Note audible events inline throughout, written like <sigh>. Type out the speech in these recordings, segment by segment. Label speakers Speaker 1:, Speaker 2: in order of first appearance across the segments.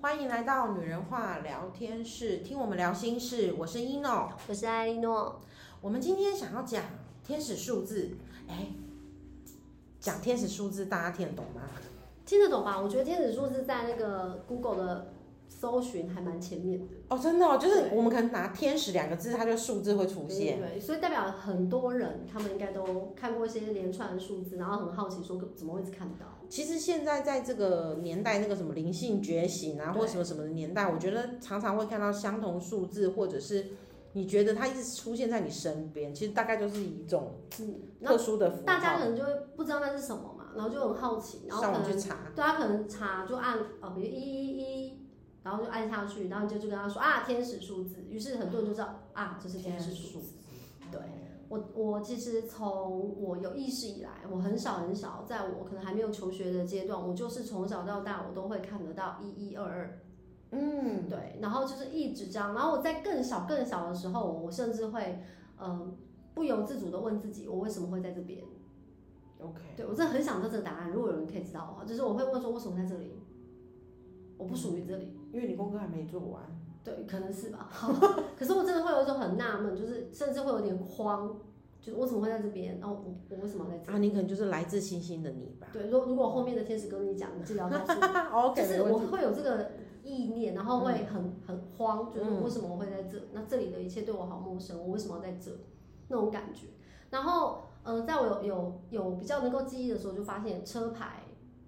Speaker 1: 欢迎来到女人话聊天室，听我们聊心事。我是一诺，
Speaker 2: 我是艾莉诺。
Speaker 1: 我们今天想要讲天使数字。哎，讲天使数字，大家听得懂吗？
Speaker 2: 听得懂吧？我觉得天使数字在那个 Google 的搜寻还蛮前面的，
Speaker 1: 哦，真的哦，就是我们可能拿“天使”两个字，它就数字会出
Speaker 2: 对
Speaker 1: 现。
Speaker 2: 对，所以代表很多人他们应该都看过一些连串的数字，然后很好奇说怎么会一直看到。
Speaker 1: 其实现在在这个年代，那个什么灵性觉醒啊，
Speaker 2: 对
Speaker 1: 或什么什么的年代，我觉得常常会看到相同数字，或者是你觉得它一直出现在你身边，其实大概就是一种
Speaker 2: 嗯，然
Speaker 1: 特
Speaker 2: 后
Speaker 1: 殊的符号。
Speaker 2: 大家可能就会不知道那是什么嘛，然后就很好奇，然后
Speaker 1: 上
Speaker 2: 可
Speaker 1: 网
Speaker 2: 能
Speaker 1: 去查，
Speaker 2: 对他可能查就按哦，比如一一一，然后就按下去，然后你就就跟他说啊天使数字，于是很多人就知道啊这是天使数字。
Speaker 1: 字。
Speaker 2: 对我我其实从我有意识以来，我很少很少，在我可能还没有求学的阶段，我就是从小到大我都会看得到一一二二，
Speaker 1: 嗯，
Speaker 2: 对，然后就是一直这样，然后我在更小更小的时候，我甚至会嗯、呃不由自主的问自己，我为什么会在这边？
Speaker 1: ，OK，
Speaker 2: 对我真的很想知道这个答案，如果有人可以知道的话，就是我会问说为什么在这里？我不属于这里，
Speaker 1: 因为你功课还没做完。
Speaker 2: 对，可能是吧。 <laughs> 可是我真的会有一种很纳闷，就是甚至会有点慌，就是我怎么会在这边？然后我我为什么要在这里？
Speaker 1: 啊，你可能就是来自星星的你吧。
Speaker 2: 对，如如果后面的天使跟你讲，你治疗告诉我，就
Speaker 1: 哦 OK，
Speaker 2: 是
Speaker 1: 没
Speaker 2: 我
Speaker 1: 问题嗯
Speaker 2: 会有这个意念，然后会很很慌，就是为什么我会在这？那这里的一切对我好陌生，我为什么要在这？那种感觉。然后，呃，在我有有有比较能够记忆的时候，就发现车牌、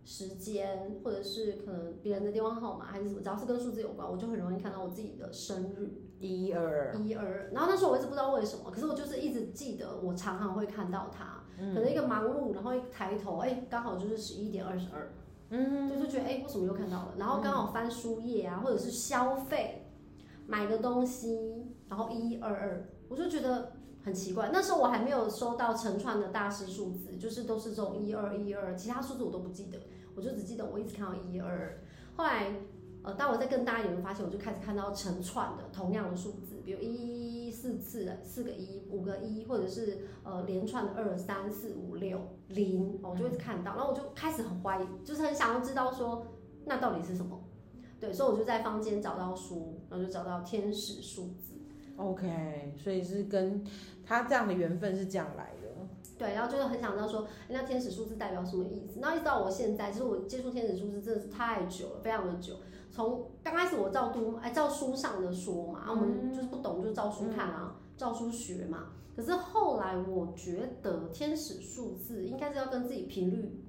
Speaker 2: 时间，或者是可能别人的电话号码还是什么，只要是跟数字有关，我就很容易看到我自己的生日。
Speaker 1: 一一二二，
Speaker 2: 一二，然后那时候我一直不知道为什么，可是我就是一直记得，我常常会看到它，
Speaker 1: 嗯
Speaker 2: 可能一个忙碌，然后一抬头，哎、刚好就是十一点二十二，嗯，就是觉得哎、为什么又看到了？然后刚好翻书页
Speaker 1: 嗯
Speaker 2: 啊，或者是消费，买个东西，然后一二二，我就觉得很奇怪。那时候我还没有收到成串的大师数字，就是都是这种一二一二，其他数字我都不记得，我就只记得我一直看到一二。后来呃，当我在更大一点，我发现我就开始看到成串的同样的数字，比如一四次四个一，五个一，或者是呃连串的二三四五六零，哦我就会看到，然后我就开始很怀疑，就是很想要知道说那到底是什么。对，所以我就在坊间找到书，然后就找到天使数字，
Speaker 1: OK，所以是跟他这样的缘分是这样来的。
Speaker 2: 对，然后就是很想知道说，诶那天使数字代表什么意思？然后一直到我现在，其实我接触天使数字真的是太久了，非常的久。从刚开始我照读，哎，照书上的说嘛，啊我
Speaker 1: 嗯
Speaker 2: 们就是不懂就照书看啊，照书学嘛。可是后来我觉得天使数字应该是要跟自己频率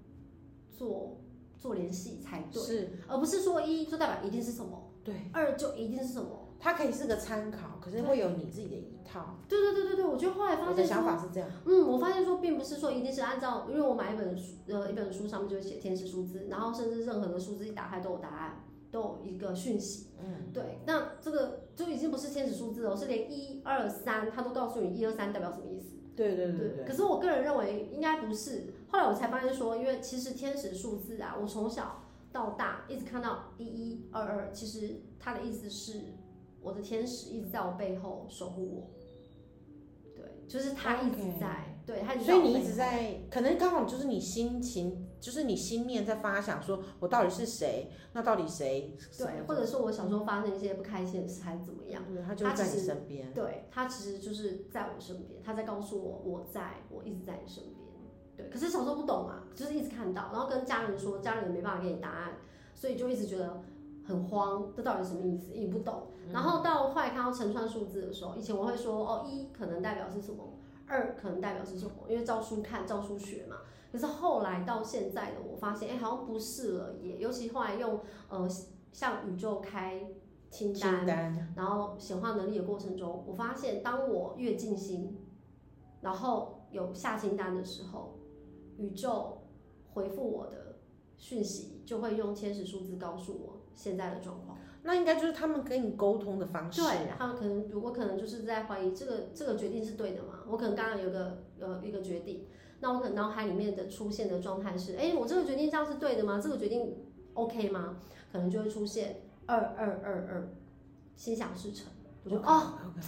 Speaker 2: 做做联系才哎对，
Speaker 1: 是，
Speaker 2: 而不是说一就代表一定是什么，
Speaker 1: 对，
Speaker 2: 二就一定是什么。
Speaker 1: 它可以是个参考，可是会有你自己的一套。
Speaker 2: 对对对对对，我觉得后来
Speaker 1: 我
Speaker 2: 发现
Speaker 1: 的
Speaker 2: 说
Speaker 1: 想法是这样，
Speaker 2: 嗯，我发现说，并不是说一定是按照，因为我买一本书，呃，一本书上面就会写天使数字，然后甚至任何的数字一打开都有答案，都有一个讯息。
Speaker 1: 嗯，
Speaker 2: 对，那这个就已经不是天使数字了，是连一二三，它都告诉你一二三代表什么意思。
Speaker 1: 对对对对，
Speaker 2: 可是我个人认为应该不是。后来我才发现说，因为其实天使数字啊，我从小到大一直看到一一二二，其实它的意思是我的天使一直在我背后守护我。对，就是它一直
Speaker 1: OK
Speaker 2: 在对，它一直
Speaker 1: 所以
Speaker 2: 在我
Speaker 1: 你
Speaker 2: 背
Speaker 1: 一直
Speaker 2: 后
Speaker 1: 在，可能刚好就是你心情，就是你心念在发想，说我到底是谁？那到底谁？
Speaker 2: 对，或者是我小时候发生一些不开心的事还是怎么样，
Speaker 1: 对，他就会
Speaker 2: 他
Speaker 1: 在
Speaker 2: 其
Speaker 1: 你
Speaker 2: 实
Speaker 1: 身边。
Speaker 2: 对他其实就是在我身边，他在告诉我我在我一直在你身边。对，可是小时候不懂嘛，就是一直看到，然后跟家人说，家人也没办法给你答案，所以就一直觉得很慌，这到底什么意思？也不懂。然后到后来看到成串数字的时候，以前我会说哦，一可能代表是什么，二可能代表是什么，因为照书看、照书学嘛。可是后来到现在的我发现，哎，好像不是了耶。尤其后来用呃向宇宙开清单，
Speaker 1: 清单，
Speaker 2: 然后显化能力的过程中，我发现当我越静心，然后有下清单的时候，宇宙回复我的讯息就会用天使数字告诉我现在的状况。
Speaker 1: 那应该就是他们跟你沟通的方式。
Speaker 2: 对，他们可能我可能就是在怀疑这个这个决定是对的嘛？我可能刚刚有个呃一个决定，那我可能脑海里面的出现的状态是，哎，我这个决定这样是对的吗？这个决定 OK 吗？可能就会出现二二二二，心想事成。我觉得哦，
Speaker 1: OK，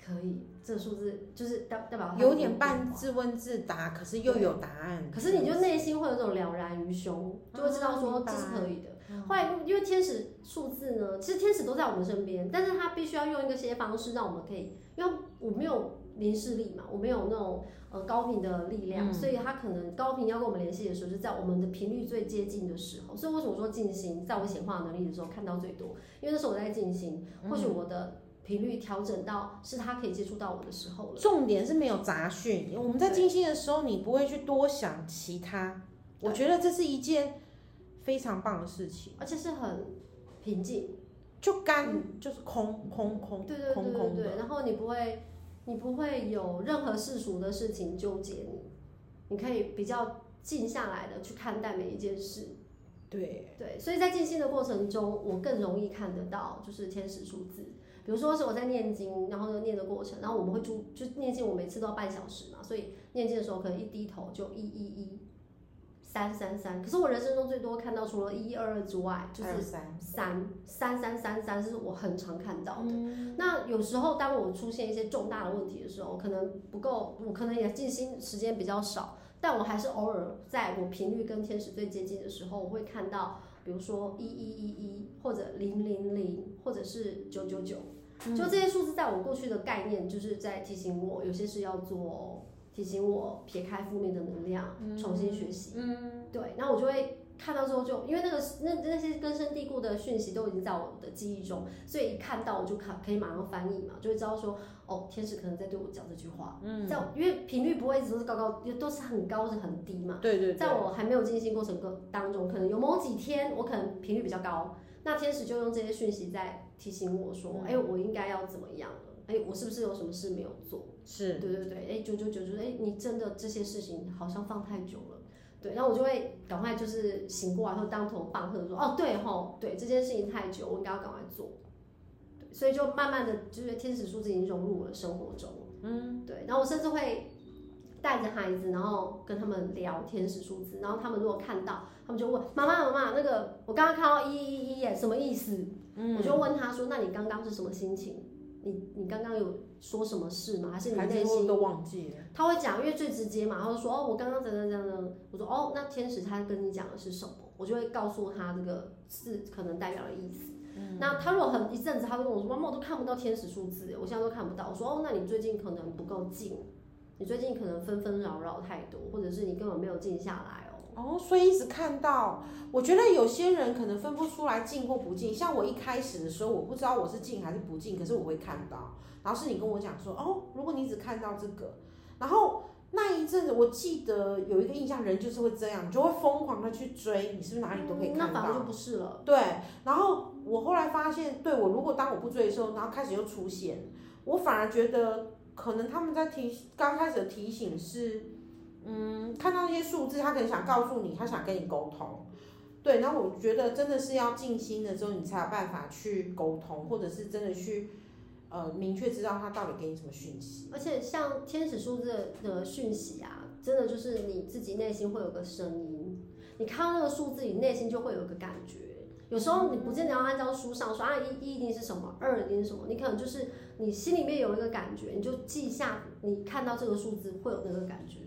Speaker 2: 可以，这个数字就是代代表它
Speaker 1: 有点
Speaker 2: 的
Speaker 1: 半
Speaker 2: 变化
Speaker 1: 自问自答，可是又有答案。哦
Speaker 2: 可是你就内心会有一种了然于胸，就会知道说这是可以的。后
Speaker 1: 嗯
Speaker 2: 来因为天使数字呢，其实天使都在我们身边，但是他必须要用一个些方式让我们可以，因为我没有凝视力嘛，我没有那种呃高频的力量，所以他可能高频要跟我们联系的时候，是在我们的频率最接近的时候。所以为什么说静心，在我显化能力的时候看到最多，因为那时候我在静心，或许我的。频率调整到是他可以接触到我的时候了。
Speaker 1: 重点是没有杂讯。我们在静心的时候，你不会去多想其他。
Speaker 2: 对
Speaker 1: 我觉得这是一件非常棒的事情，
Speaker 2: 而且是很平静，
Speaker 1: 就干就是空空空
Speaker 2: 嗯对对
Speaker 1: 空
Speaker 2: 对对
Speaker 1: 空
Speaker 2: 对，
Speaker 1: 的，
Speaker 2: 然后你不会，你不会有任何世俗的事情纠结你，你可以比较静下来的去看待每一件事，
Speaker 1: 对，
Speaker 2: 对，所以在静心的过程中，我更容易看得到就是天使数字，比如说是我在念经，然后呢念的过程，然后我们会注就念经，我每次都要半小时嘛，所以念经的时候可能一低头就一一一。三三三，可是我人生中最多看到除了一二二之外，就是
Speaker 1: 二三
Speaker 2: 三三三三三是我很常看到的。那有时候当我出现一些重大的问题的时候，可能不够，我可能也静心时间比较少，但我还是偶尔在我频率跟天使最接近的时候，我会看到，比如说一一一一，或者零零零，或者是九九九，就这些数字在我过去的概念，就是在提醒我有些事要做哦，提醒我撇开负面的能量，
Speaker 1: 嗯
Speaker 2: 重新学习。对，那我就会看到之后就，因为那个那那些根深蒂固的讯息都已经在我的记忆中，所以一看到我就看可以马上翻译嘛，就会知道说，哦，天使可能在对我讲这句话。嗯，在我因为频率不会一直都是高高，都是很高是很低嘛。
Speaker 1: 对对对
Speaker 2: 在，我还没有进行过程当中，可能有某几天我可能频率比较高，那天使就用这些讯息在提醒我
Speaker 1: 嗯
Speaker 2: 说，哎、我应该要怎么样了？哎、我是不是有什么事没有做？
Speaker 1: 是
Speaker 2: 对对对，哎、九九九就是哎、你真的这些事情好像放太久了，对，然后我就会赶快就是醒过来后当头棒喝说，哦对吼，对这件事情太久，我应该要赶快做，对，所以就慢慢的就是天使数字已经融入我的生活中，嗯，对，然后我甚至会带着孩子，然后跟他们聊天使数字，然后他们如果看到，他们就问妈妈妈妈那个我刚刚看到一一一耶什么意思？我就问他说，那你刚刚是什么心情？你你刚刚有说什么事吗？还是你
Speaker 1: 孩子会
Speaker 2: 内
Speaker 1: 不
Speaker 2: 心
Speaker 1: 会都忘记了，
Speaker 2: 他会讲，因为最直接嘛，他就说哦，我刚刚怎样怎样怎样，我说哦，那天使他跟你讲的是什么，我就会告诉他这个是可能代表的意思。
Speaker 1: 嗯
Speaker 2: 那他如果很一阵子，他会跟我说妈妈，我都看不到天使数字，我现在都看不到。我说哦，那你最近可能不够静，你最近可能纷纷扰扰太多，或者是你根本没有静下来哦。
Speaker 1: 哦，所以一直看到，我觉得有些人可能分不出来进或不进。像我一开始的时候，我不知道我是进还是不进，可是我会看到。然后是你跟我讲说，哦，如果你只看到这个，然后那一阵子，我记得有一个印象，人就是会这样，你就会疯狂的去追，你是不是哪里都可以
Speaker 2: 嗯
Speaker 1: 看
Speaker 2: 那
Speaker 1: 到？
Speaker 2: 反而就不是了。
Speaker 1: 对，然后我后来发现，对我如果当我不追的时候，然后开始又出现，我反而觉得可能他们在提刚开始的提醒是，嗯，看到那些数字，他可能想告诉你，他想跟你沟通。对，然后我觉得真的是要静心的时候，你才有办法去沟通，或者是真的去呃明确知道他到底给你什么讯息。
Speaker 2: 而且像天使数字的讯息啊，真的就是你自己内心会有个声音，你看到那个数字，你内心就会有个感觉。有时候你不见得要按照书上说啊，一一一定是什么，二一定是什么，你可能就是你心里面有一个感觉，你就记下你看到这个数字会有那个感觉，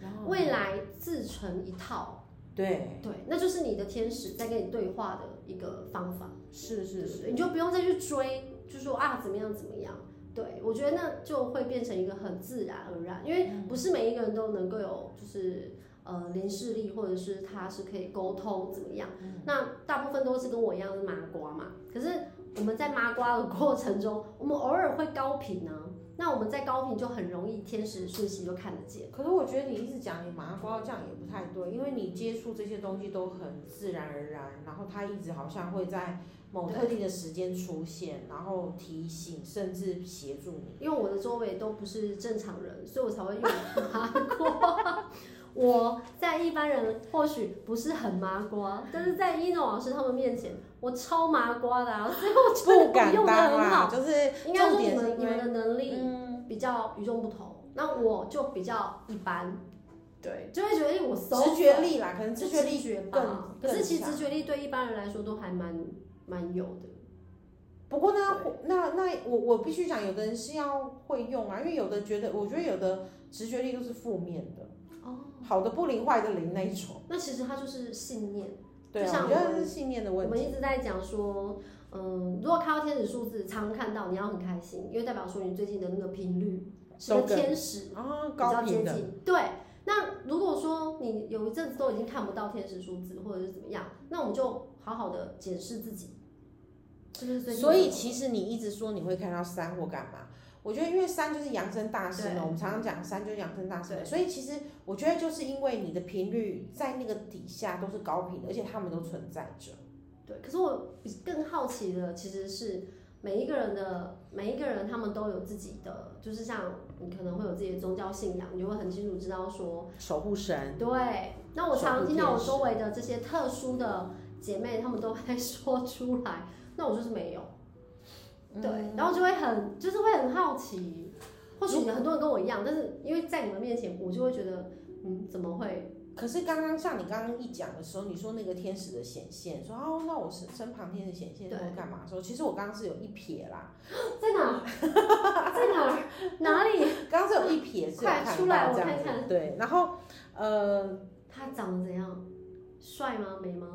Speaker 1: 然后
Speaker 2: 未来自成一套，
Speaker 1: 哦对，
Speaker 2: 对，那就是你的天使在跟你对话的一个方法。
Speaker 1: 是
Speaker 2: 对
Speaker 1: 是
Speaker 2: 对
Speaker 1: 是，
Speaker 2: 对，你就不用再去追，就说啊怎么样怎么样。对，我觉得那就会变成一个很自然而然，因为不是每一个人都能够有就是呃零视力，或者是他是可以沟通怎么样。那大部分都是跟我一样是麻瓜嘛，可是我们在麻瓜的过程中，我们偶尔会高频呢、那我们在高频就很容易天使讯息就看得见。
Speaker 1: 可是我觉得你一直讲你麻瓜这样也不太对，因为你接触这些东西都很自然而然，然后它一直好像会在某特定的时间出现，然后提醒甚至协助你。
Speaker 2: 因为我的周围都不是正常人，所以我才会用麻瓜。我在一般人或许不是很麻瓜，但是在一诺老师他们面前，我超麻瓜的、啊，所以我觉得
Speaker 1: 不
Speaker 2: 我
Speaker 1: 敢
Speaker 2: 用的
Speaker 1: 当
Speaker 2: 很
Speaker 1: 啦，
Speaker 2: 好。
Speaker 1: 就是
Speaker 2: 应该说你
Speaker 1: 重点是因为
Speaker 2: 们你们的能力
Speaker 1: 嗯，
Speaker 2: 比较与众不同，那我就比较一般，对，就会觉得哎我
Speaker 1: 直
Speaker 2: so
Speaker 1: 觉力啦，可能
Speaker 2: 就
Speaker 1: 直觉力
Speaker 2: 觉
Speaker 1: 更
Speaker 2: 吧。可
Speaker 1: 更
Speaker 2: 是其实
Speaker 1: 强
Speaker 2: 直觉力对一般人来说都还蛮蛮有的。
Speaker 1: 不过呢，那那我我必须讲，有的人是要会用啊，因为有的觉得，我觉得有的直觉力都是负面的，
Speaker 2: 哦，
Speaker 1: 好的不灵，坏的灵那一种。
Speaker 2: 那其实它就是信念，
Speaker 1: 对
Speaker 2: 就
Speaker 1: 啊，
Speaker 2: 像
Speaker 1: 我觉
Speaker 2: 我
Speaker 1: 得
Speaker 2: 们
Speaker 1: 是信念的
Speaker 2: 我
Speaker 1: 问
Speaker 2: 们
Speaker 1: 题。
Speaker 2: 一直在讲说，嗯，如果看到天使数字，常看到，你要很开心，因为代表说你最近的那个频率是
Speaker 1: 都
Speaker 2: 跟
Speaker 1: 跟
Speaker 2: 天使
Speaker 1: 啊，
Speaker 2: 比
Speaker 1: 高
Speaker 2: 较
Speaker 1: 频
Speaker 2: 接
Speaker 1: 的，
Speaker 2: 近。对，那如果说你有一阵子都已经看不到天使数字，或者是怎么样，那我们就好好的检视自己，是不是最近有什么？
Speaker 1: 所以其实你一直说你会看到山或干嘛，我觉得因为山就是养生大师嘛，
Speaker 2: 对
Speaker 1: 我们常常讲山就是养生大师嘛，
Speaker 2: 对
Speaker 1: 所以其实我觉得就是因为你的频率在那个底下都是高频的，而且他们都存在着。
Speaker 2: 对，可是我比更好奇的其实是每一个人的每一个人，他们都有自己的，就是像你可能会有自己的宗教信仰，你就会很清楚知道说，
Speaker 1: 守护神，
Speaker 2: 对。那我
Speaker 1: 守
Speaker 2: 常
Speaker 1: 护
Speaker 2: 听到我
Speaker 1: 天使
Speaker 2: 周围的这些特殊的姐妹，她们都会说出来，那我就是没有，对，然后就会很就是会很好奇。或许很多人跟我一样，但是因为在你们面前，我就会觉得，嗯，怎么会？ <gasps>
Speaker 1: 可是刚刚像你刚刚一讲的时候，你说那个天使的显现，说哦，那我身身旁天使显现
Speaker 2: 对
Speaker 1: 会干嘛的时候，其实我刚刚是有一撇啦，
Speaker 2: 在哪儿？在哪儿？哪里？
Speaker 1: 刚刚是有一撇是有
Speaker 2: 快出
Speaker 1: 看
Speaker 2: 来
Speaker 1: 到
Speaker 2: 我
Speaker 1: 这样
Speaker 2: 看
Speaker 1: 子，
Speaker 2: 看
Speaker 1: 对，然后呃，
Speaker 2: 他长得怎样？帅吗？美吗？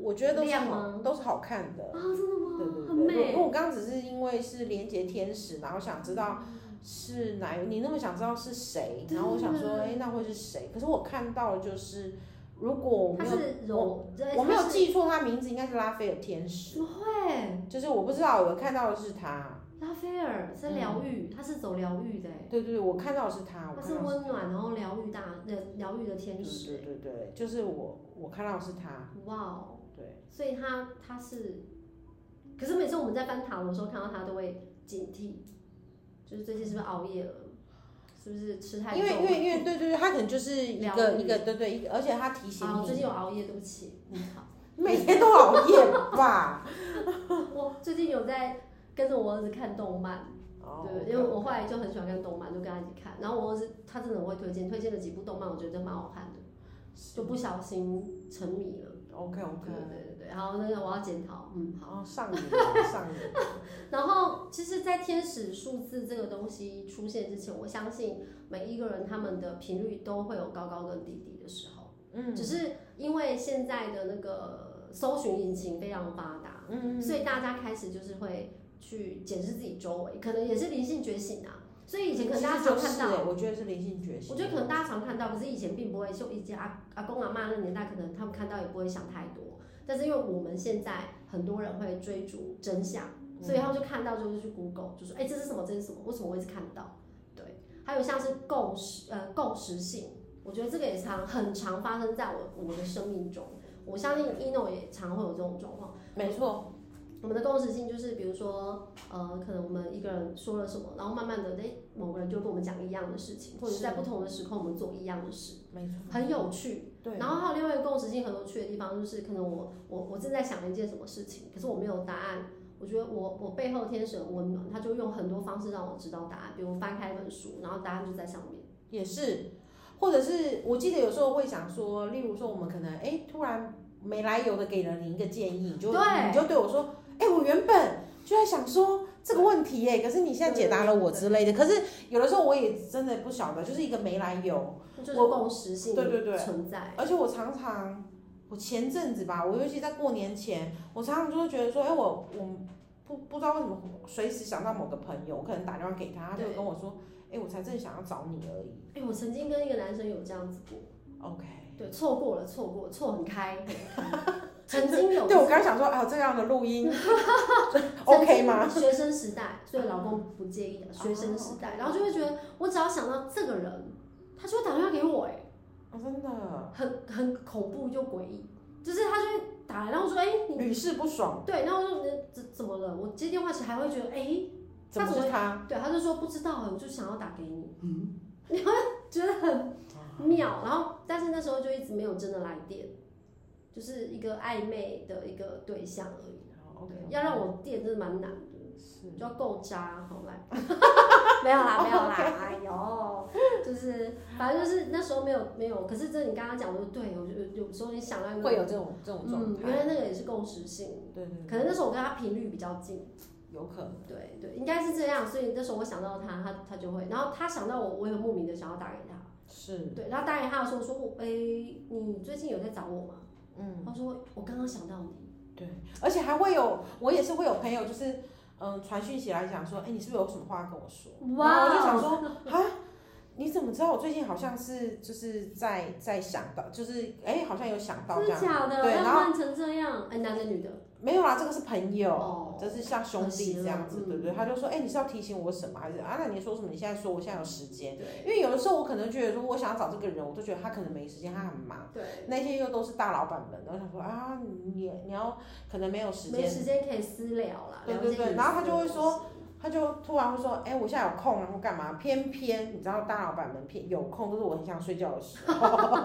Speaker 1: 我觉得都是
Speaker 2: 亮
Speaker 1: 好
Speaker 2: 吗
Speaker 1: 都是好看的，
Speaker 2: 啊，真的吗？
Speaker 1: 对对对，因
Speaker 2: 很
Speaker 1: 为因为
Speaker 2: 美。
Speaker 1: 我刚刚只是因为是连接天使，然后想知道
Speaker 2: 嗯
Speaker 1: 是哪一，你那么想知道是谁，
Speaker 2: 对
Speaker 1: 然后我想说，哎，那会是谁？可是我看到的就是，如果我
Speaker 2: 他
Speaker 1: 没有
Speaker 2: 是柔，对
Speaker 1: 我没有
Speaker 2: 他是
Speaker 1: 记错他名字，应该是拉斐尔天使，
Speaker 2: 怎么会？
Speaker 1: 就是我不知道我看到的是他，
Speaker 2: 拉斐尔是疗愈，他是走疗愈的欸，
Speaker 1: 对对对，我看到的是他，我
Speaker 2: 他
Speaker 1: 看
Speaker 2: 是
Speaker 1: 到的
Speaker 2: 温暖然后疗愈大呃疗愈的天
Speaker 1: 是
Speaker 2: 使
Speaker 1: 对对对对，就是我我看到的是他，
Speaker 2: 欸。哇哦！
Speaker 1: 对，
Speaker 2: 所以他他是，可是每次我们在翻塔罗的时候看到他都会警惕，就是最近是不是熬夜了？是不是吃太
Speaker 1: 因为
Speaker 2: 重了？
Speaker 1: 因为因为对对对，他可能就是一
Speaker 2: 疗
Speaker 1: 个
Speaker 2: 愈哦
Speaker 1: 一个对对一个，而且他提醒
Speaker 2: 好，我最
Speaker 1: 你，
Speaker 2: 近有熬夜，对不起。嗯，好。
Speaker 1: 每天都熬夜吧。
Speaker 2: 我最近有在跟着我儿子看动漫，
Speaker 1: 哦
Speaker 2: 对，因为我后来就很喜欢看动漫，就跟他一起看。然后我儿子他真的很会推荐，推荐了几部动漫，我觉得蛮好看的，就不小心沉迷了。
Speaker 1: OK
Speaker 2: 对
Speaker 1: OK，
Speaker 2: 对对对，然后那个我要检讨，嗯好。
Speaker 1: 哦上瘾了上瘾
Speaker 2: <laughs>
Speaker 1: 了，
Speaker 2: 然后其实，在天使数字这个东西出现之前，我相信每一个人他们的频率都会有高高跟低低的时候，
Speaker 1: 嗯
Speaker 2: 只是因为现在的那个搜寻引擎非常发达，
Speaker 1: 嗯
Speaker 2: 所以大家开始就是会去检视自己周围，可能也是灵性觉醒啊。所以以前可能大家
Speaker 1: 其实
Speaker 2: 常
Speaker 1: 就是
Speaker 2: 看到，
Speaker 1: 欸我觉得是灵性觉醒，
Speaker 2: 我觉得可能大家常看到，可是以前并不会，就以前阿阿公阿妈那年代，可能他们看到也不会想太多。但是因为我们现在很多人会追逐真相，所以他们就看到就是去 Google，就说哎、这是什么，这是什么，为什么我一直看不到？对，还有像是共识呃共识性，我觉得这个也常很常发生在我我的生命中。我相信 ino 也常会有这种状况。
Speaker 1: 没错，
Speaker 2: 我们的共识性就是，比如说，呃，可能我们一个人说了什么，然后慢慢的，哎，某个人就跟我们讲一样的事情，或者
Speaker 1: 是
Speaker 2: 在不同的时空我们做一样的事，
Speaker 1: 没错，
Speaker 2: 很有趣。
Speaker 1: 对，
Speaker 2: 然后还有另外一个共识性很有趣的地方，就是可能我我我正在想一件什么事情，可是我没有答案。我觉得我我背后天使很温暖，他就用很多方式让我知道答案，比如翻开一本书，然后答案就在上面。
Speaker 1: 也是，或者是我记得有时候会想说，例如说我们可能哎、诶突然没来由的给了你一个建议，你就
Speaker 2: 对
Speaker 1: 你就对我说，哎、我原本就在想说这个问题欸耶、可是你现在解答了我之类的，可是有的时候我也真的不晓得，就是一个没来由，
Speaker 2: 那就是
Speaker 1: 我
Speaker 2: 共识性
Speaker 1: 对对对
Speaker 2: 存在。
Speaker 1: 而且我常常。我前阵子吧，我尤其在过年前，我常常就会觉得说，哎、我我不不知道为什么随时想到某个朋友，我可能打电话给他，他就
Speaker 2: 对
Speaker 1: 跟我说，哎、我才正想要找你而已。
Speaker 2: 哎，我曾经跟一个男生有这样子过， <laughs>
Speaker 1: OK，
Speaker 2: 对，错过了，错过，错很开。 <laughs>
Speaker 1: <laughs>
Speaker 2: 曾经有
Speaker 1: 对，我刚才想说，啊，这样的录音
Speaker 2: <laughs> 曾经
Speaker 1: OK 吗？
Speaker 2: 学生时代，所以老公不介意的。
Speaker 1: 哦
Speaker 2: 学生时代，
Speaker 1: OK
Speaker 2: 然后就会觉得，我只要想到这个人，他就会打电话给我，哎，
Speaker 1: 啊，真的
Speaker 2: 很很恐怖又诡异，就是他就会打来，然后说，哎，你
Speaker 1: 屡试不爽，
Speaker 2: 对，然后我就你怎怎么了？我接电话时还会觉得，哎，
Speaker 1: 怎么
Speaker 2: 他怎
Speaker 1: 是他？
Speaker 2: 对，他就说不知道，哎，我就想要打给你，嗯，你会觉得很
Speaker 1: 啊
Speaker 2: 妙，然后但是那时候就一直没有真的来电，就是一个暧昧的一个对象而已。
Speaker 1: OK，
Speaker 2: 要让我电真的蛮难的。
Speaker 1: 是
Speaker 2: 就要够渣，好来，
Speaker 1: <laughs>
Speaker 2: 没有啦，没有啦，哎呦，就是反正就是那时候没有没有，可是这你刚刚讲，我就对我就有有时候你想到一个
Speaker 1: 会有这种这种状
Speaker 2: 嗯，原
Speaker 1: 态，
Speaker 2: 来那个也是共识性，
Speaker 1: 对对
Speaker 2: 可能那时候我跟他频率比较近，
Speaker 1: 有可能，
Speaker 2: 对对，应该是这样，所以那时候我想到他，他他就会，然后他想到我，我也莫名的想要打给他，
Speaker 1: 是
Speaker 2: 对，然后打给他的时候我说，我哎、你最近有在找我吗？嗯，他说我刚刚想到你，
Speaker 1: 对，而且还会有，我也是会有朋友就是，嗯、传讯息来讲说，哎、你是不是有什么话要跟我说？然后我就想
Speaker 2: 哦
Speaker 1: 说，啊，你怎么知道我最近好像是就是在在想到，就是哎、好像有想到
Speaker 2: 真
Speaker 1: 这
Speaker 2: 的
Speaker 1: 样，
Speaker 2: 假的？
Speaker 1: 对然后
Speaker 2: 浪漫成这样，哎，男的女的？
Speaker 1: 没有啦，这个是朋友，
Speaker 2: 哦
Speaker 1: 这是像兄弟这样子，
Speaker 2: 可惜了
Speaker 1: 对
Speaker 2: 嗯
Speaker 1: 不对？他就说，哎、你是要提醒我什么，还是啊？那你说什么？你现在说，我现在有时间。
Speaker 2: 对
Speaker 1: 因为有的时候我可能觉得，如果我想要找这个人，我就觉得他可能没时间，他很忙。
Speaker 2: 对，
Speaker 1: 那些又都是大老板们，然后想说啊，你你要可能没有时
Speaker 2: 没
Speaker 1: 间，
Speaker 2: 时间可以私聊啦。
Speaker 1: 对
Speaker 2: 了
Speaker 1: 对
Speaker 2: 解
Speaker 1: 对
Speaker 2: 隐私
Speaker 1: 然后他就会
Speaker 2: 的
Speaker 1: 说
Speaker 2: 东西，
Speaker 1: 他就突然会说，哎、我现在有空，然后干嘛？偏偏你知道，大老板们偏有空都是我很想睡觉的时
Speaker 2: <laughs>
Speaker 1: 候。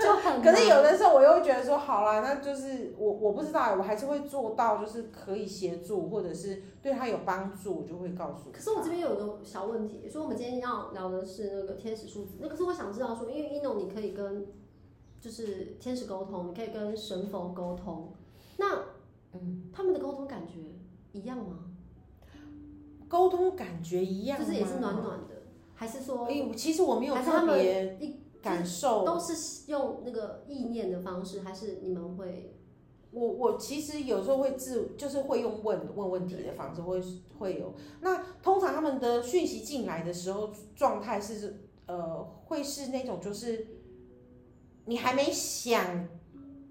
Speaker 2: 就很
Speaker 1: 可是
Speaker 2: 难
Speaker 1: 有的时候我又会觉得说，好啦，那就是我我不知道，我还是会做到，就是可以协助或者是对他有帮助，我就会告诉他。
Speaker 2: 可是我这边有个小问题，所以我们今天要聊的是那个天使数字。那可是我想知道说，因为一诺你可以跟就是天使沟通，你可以跟神佛沟通，那嗯，他们的沟通感觉一样吗？
Speaker 1: 沟通感觉一样吗，啊
Speaker 2: 就是也是暖暖的，还是说
Speaker 1: 哎、其实我没有
Speaker 2: 还是他
Speaker 1: 特
Speaker 2: 们
Speaker 1: 别
Speaker 2: 一
Speaker 1: 感受
Speaker 2: 都是用那个意念的方式，还是你们会
Speaker 1: 我我其实有时候会自就是会用问问问题的方式会会有。那通常他们的讯息进来的时候，状态是呃会是那种就是你还没想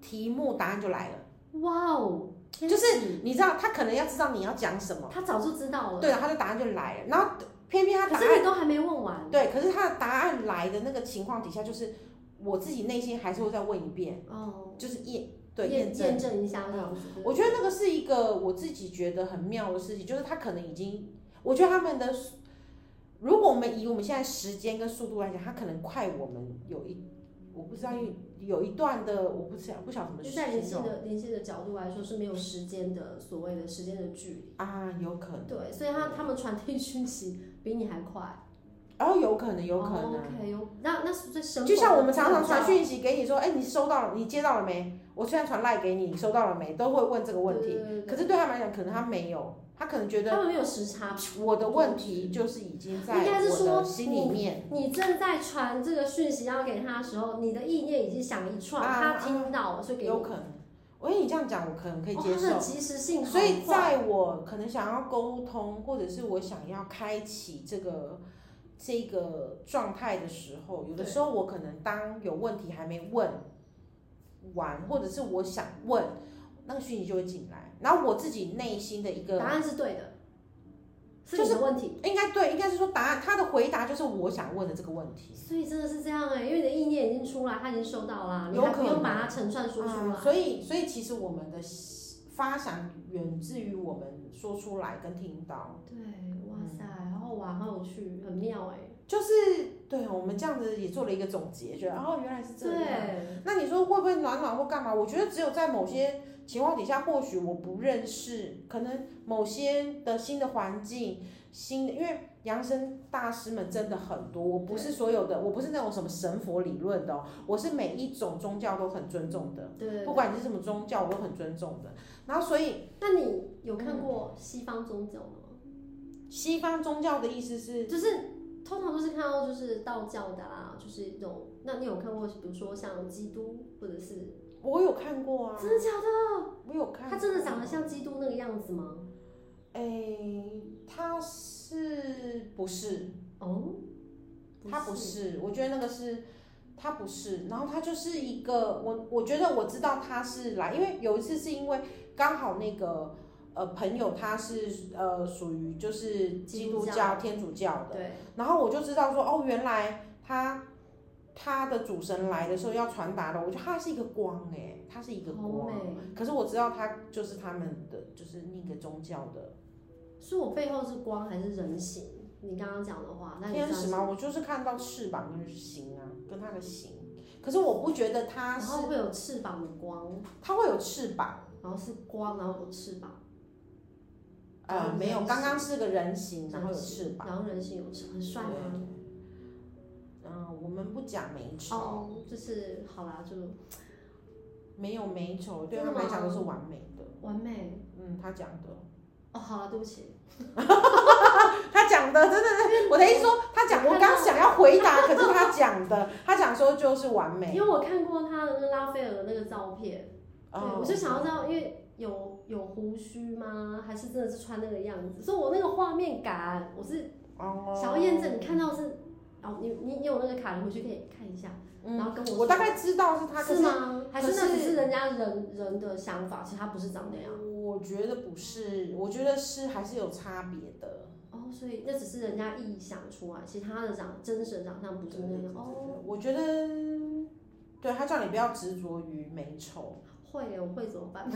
Speaker 1: 题目，答案就来了。
Speaker 2: 哇哦，天
Speaker 1: 就是
Speaker 2: 使
Speaker 1: 你知道他可能要知道你要讲什么，
Speaker 2: 他早就知道了，
Speaker 1: 对，然后他就答案就来了。然后偏偏他
Speaker 2: 可
Speaker 1: 答
Speaker 2: 是
Speaker 1: 案
Speaker 2: 你都还没问完，
Speaker 1: 对，可是他的答案来的那个情况底下，就是我自己内心还是会再问一遍，
Speaker 2: 哦，
Speaker 1: 就是验对验
Speaker 2: 验
Speaker 1: 证。
Speaker 2: 验证一下这样子，
Speaker 1: 我觉得那个是一个我自己觉得很妙的事情，就是他可能已经，我觉得他们的，如果我们以我们现在时间跟速度来讲，他可能快我们有一，我不知道有有一段的，我不知道不晓得怎么哦
Speaker 2: 就在灵
Speaker 1: 形
Speaker 2: 性
Speaker 1: 容
Speaker 2: 的灵性的角度来说是没有时间的所谓的时间的距离，
Speaker 1: 啊，有可能，
Speaker 2: 对，所以他他们传递讯息比你还快，
Speaker 1: 然后有可能，有可能。
Speaker 2: 哦 OK，有那那是最深，
Speaker 1: 就像我们常常传讯息给你说，哎、你收到了，你接到了没？我虽然传赖给你，你收到了没？都会问这个问题。
Speaker 2: 对，对对
Speaker 1: 可是对他们来讲，可能他没有，他可能觉
Speaker 2: 对他
Speaker 1: 得
Speaker 2: 们没有时差，
Speaker 1: 我的问题就是已经在
Speaker 2: 嗯应该是
Speaker 1: 我
Speaker 2: 说
Speaker 1: 的心里面。
Speaker 2: 你正在传这个讯息要给他的时候，你的意念已经想一串，
Speaker 1: 啊
Speaker 2: 他听到了，哦所以给你
Speaker 1: 有可能。我跟你这样讲，我可能可以
Speaker 2: 哦
Speaker 1: 接
Speaker 2: 他
Speaker 1: 受。
Speaker 2: 的及时性好
Speaker 1: 所以，
Speaker 2: 快
Speaker 1: 在我可能想要沟通，或者是我想要开启这个这个状态的时候，有的
Speaker 2: 对
Speaker 1: 时候我可能当有问题还没问完，或者是我想问，那个讯息就会进来，然后我自己内心的一个
Speaker 2: 答案是对的，是
Speaker 1: 就
Speaker 2: 你
Speaker 1: 是
Speaker 2: 的问题，
Speaker 1: 应该对，应该是说答案，他的回答就是我想问的这个问题。
Speaker 2: 所以真的是这样哎、因为你的意念已经出来，他已经收到啦，你
Speaker 1: 有
Speaker 2: 还
Speaker 1: 可
Speaker 2: 不用
Speaker 1: 能
Speaker 2: 把它成串说出来。
Speaker 1: 啊所以，所以其实我们的发想源自于我们说出来跟听到。
Speaker 2: 对，哇
Speaker 1: 嗯
Speaker 2: 塞，好好玩，好有趣，很妙哎、
Speaker 1: 就是对我们这样子也做了一个总结，觉得哦原来是啊这样。
Speaker 2: 对，
Speaker 1: 那你说会不会暖暖或干嘛？我觉得只有在某些情况底下，或许我不认识，可能某些的新的环境、新的，因为扬声大师们真的很多，我不是所有的，我不是那种什么神佛理论的、哦，我是每一种宗教都很尊重的，
Speaker 2: 对对
Speaker 1: 不
Speaker 2: 对。
Speaker 1: 管你是什么宗教，我都很尊重的。然后所以
Speaker 2: 那你有看过西方宗教的吗？
Speaker 1: 西方宗教的意思是，
Speaker 2: 就是通常都是看到就是道教的啦，就是一种。那你有看过，比如说像基督，或者是
Speaker 1: 我有看过啊，
Speaker 2: 真的假的？
Speaker 1: 我有看过，啊
Speaker 2: 他哦真的长得像基督那个样子吗？
Speaker 1: 诶，哎他是不是？
Speaker 2: 哦，
Speaker 1: 他不是，我觉得那个是他不是。然后他就是一个，我我觉得我知道他是来，因为有一次是因为刚好那个呃朋友他是呃属于就是基
Speaker 2: 基
Speaker 1: 督
Speaker 2: 督
Speaker 1: 教
Speaker 2: 教
Speaker 1: 天主教的，
Speaker 2: 对，
Speaker 1: 然后我就知道说哦，原来他。他的主神来的时候要传达的，我觉得他是一个光哎、他是一个
Speaker 2: 好
Speaker 1: 光。
Speaker 2: 美。
Speaker 1: 可是我知道他就是他们的，就是那个宗教的
Speaker 2: 所以我背后是光还是人形？你刚刚讲的话，那你
Speaker 1: 天
Speaker 2: 算
Speaker 1: 使
Speaker 2: 是
Speaker 1: 吗？？我就是看到翅膀跟形啊，跟它的形。可是我不觉得它
Speaker 2: 然
Speaker 1: 是
Speaker 2: 后，会有翅膀的光，
Speaker 1: 它会有翅膀。
Speaker 2: 然后是光，然后有翅膀。
Speaker 1: 呃，
Speaker 2: 嗯
Speaker 1: 没有，
Speaker 2: 人形
Speaker 1: 刚刚是个人形，
Speaker 2: 人
Speaker 1: 然后有翅膀。
Speaker 2: 然后人形有翅，很帅啊吗？
Speaker 1: 嗯、我们不讲美丑，
Speaker 2: 哦，就是好啦，就
Speaker 1: 没有美丑，对
Speaker 2: 真
Speaker 1: 他
Speaker 2: 的
Speaker 1: 们来讲
Speaker 2: 吗
Speaker 1: 都是完美的。
Speaker 2: 完美。
Speaker 1: 嗯，他讲的，
Speaker 2: 哦，好了，对不起，哦
Speaker 1: 他讲的，真的是我的意思说，他讲，我刚想要回答，可是他讲的，他讲说就是完美。
Speaker 2: 因为我看过他的那个拉斐尔的那个照片，
Speaker 1: 哦
Speaker 2: 对，我就想要知道，因为有有胡须吗？还是真的是穿那个样子？所以我那个画面感，我是
Speaker 1: 哦
Speaker 2: 想要验证。你看到是哦，你你你有那个卡的，回去可以看一下，
Speaker 1: 嗯
Speaker 2: 然后跟我
Speaker 1: 我大概知道是他，可
Speaker 2: 是吗？还是那
Speaker 1: 可
Speaker 2: 只
Speaker 1: 是
Speaker 2: 是人家人人的想法，其实他不是长那样。
Speaker 1: 我觉得不是，我觉得是还是有差别的。
Speaker 2: 哦，所以那只是人家臆想出来，其实他的长真实的长相不是那样。哦，
Speaker 1: 对我觉得，对他叫你不要执着于美丑，
Speaker 2: 会耶，我会怎么办？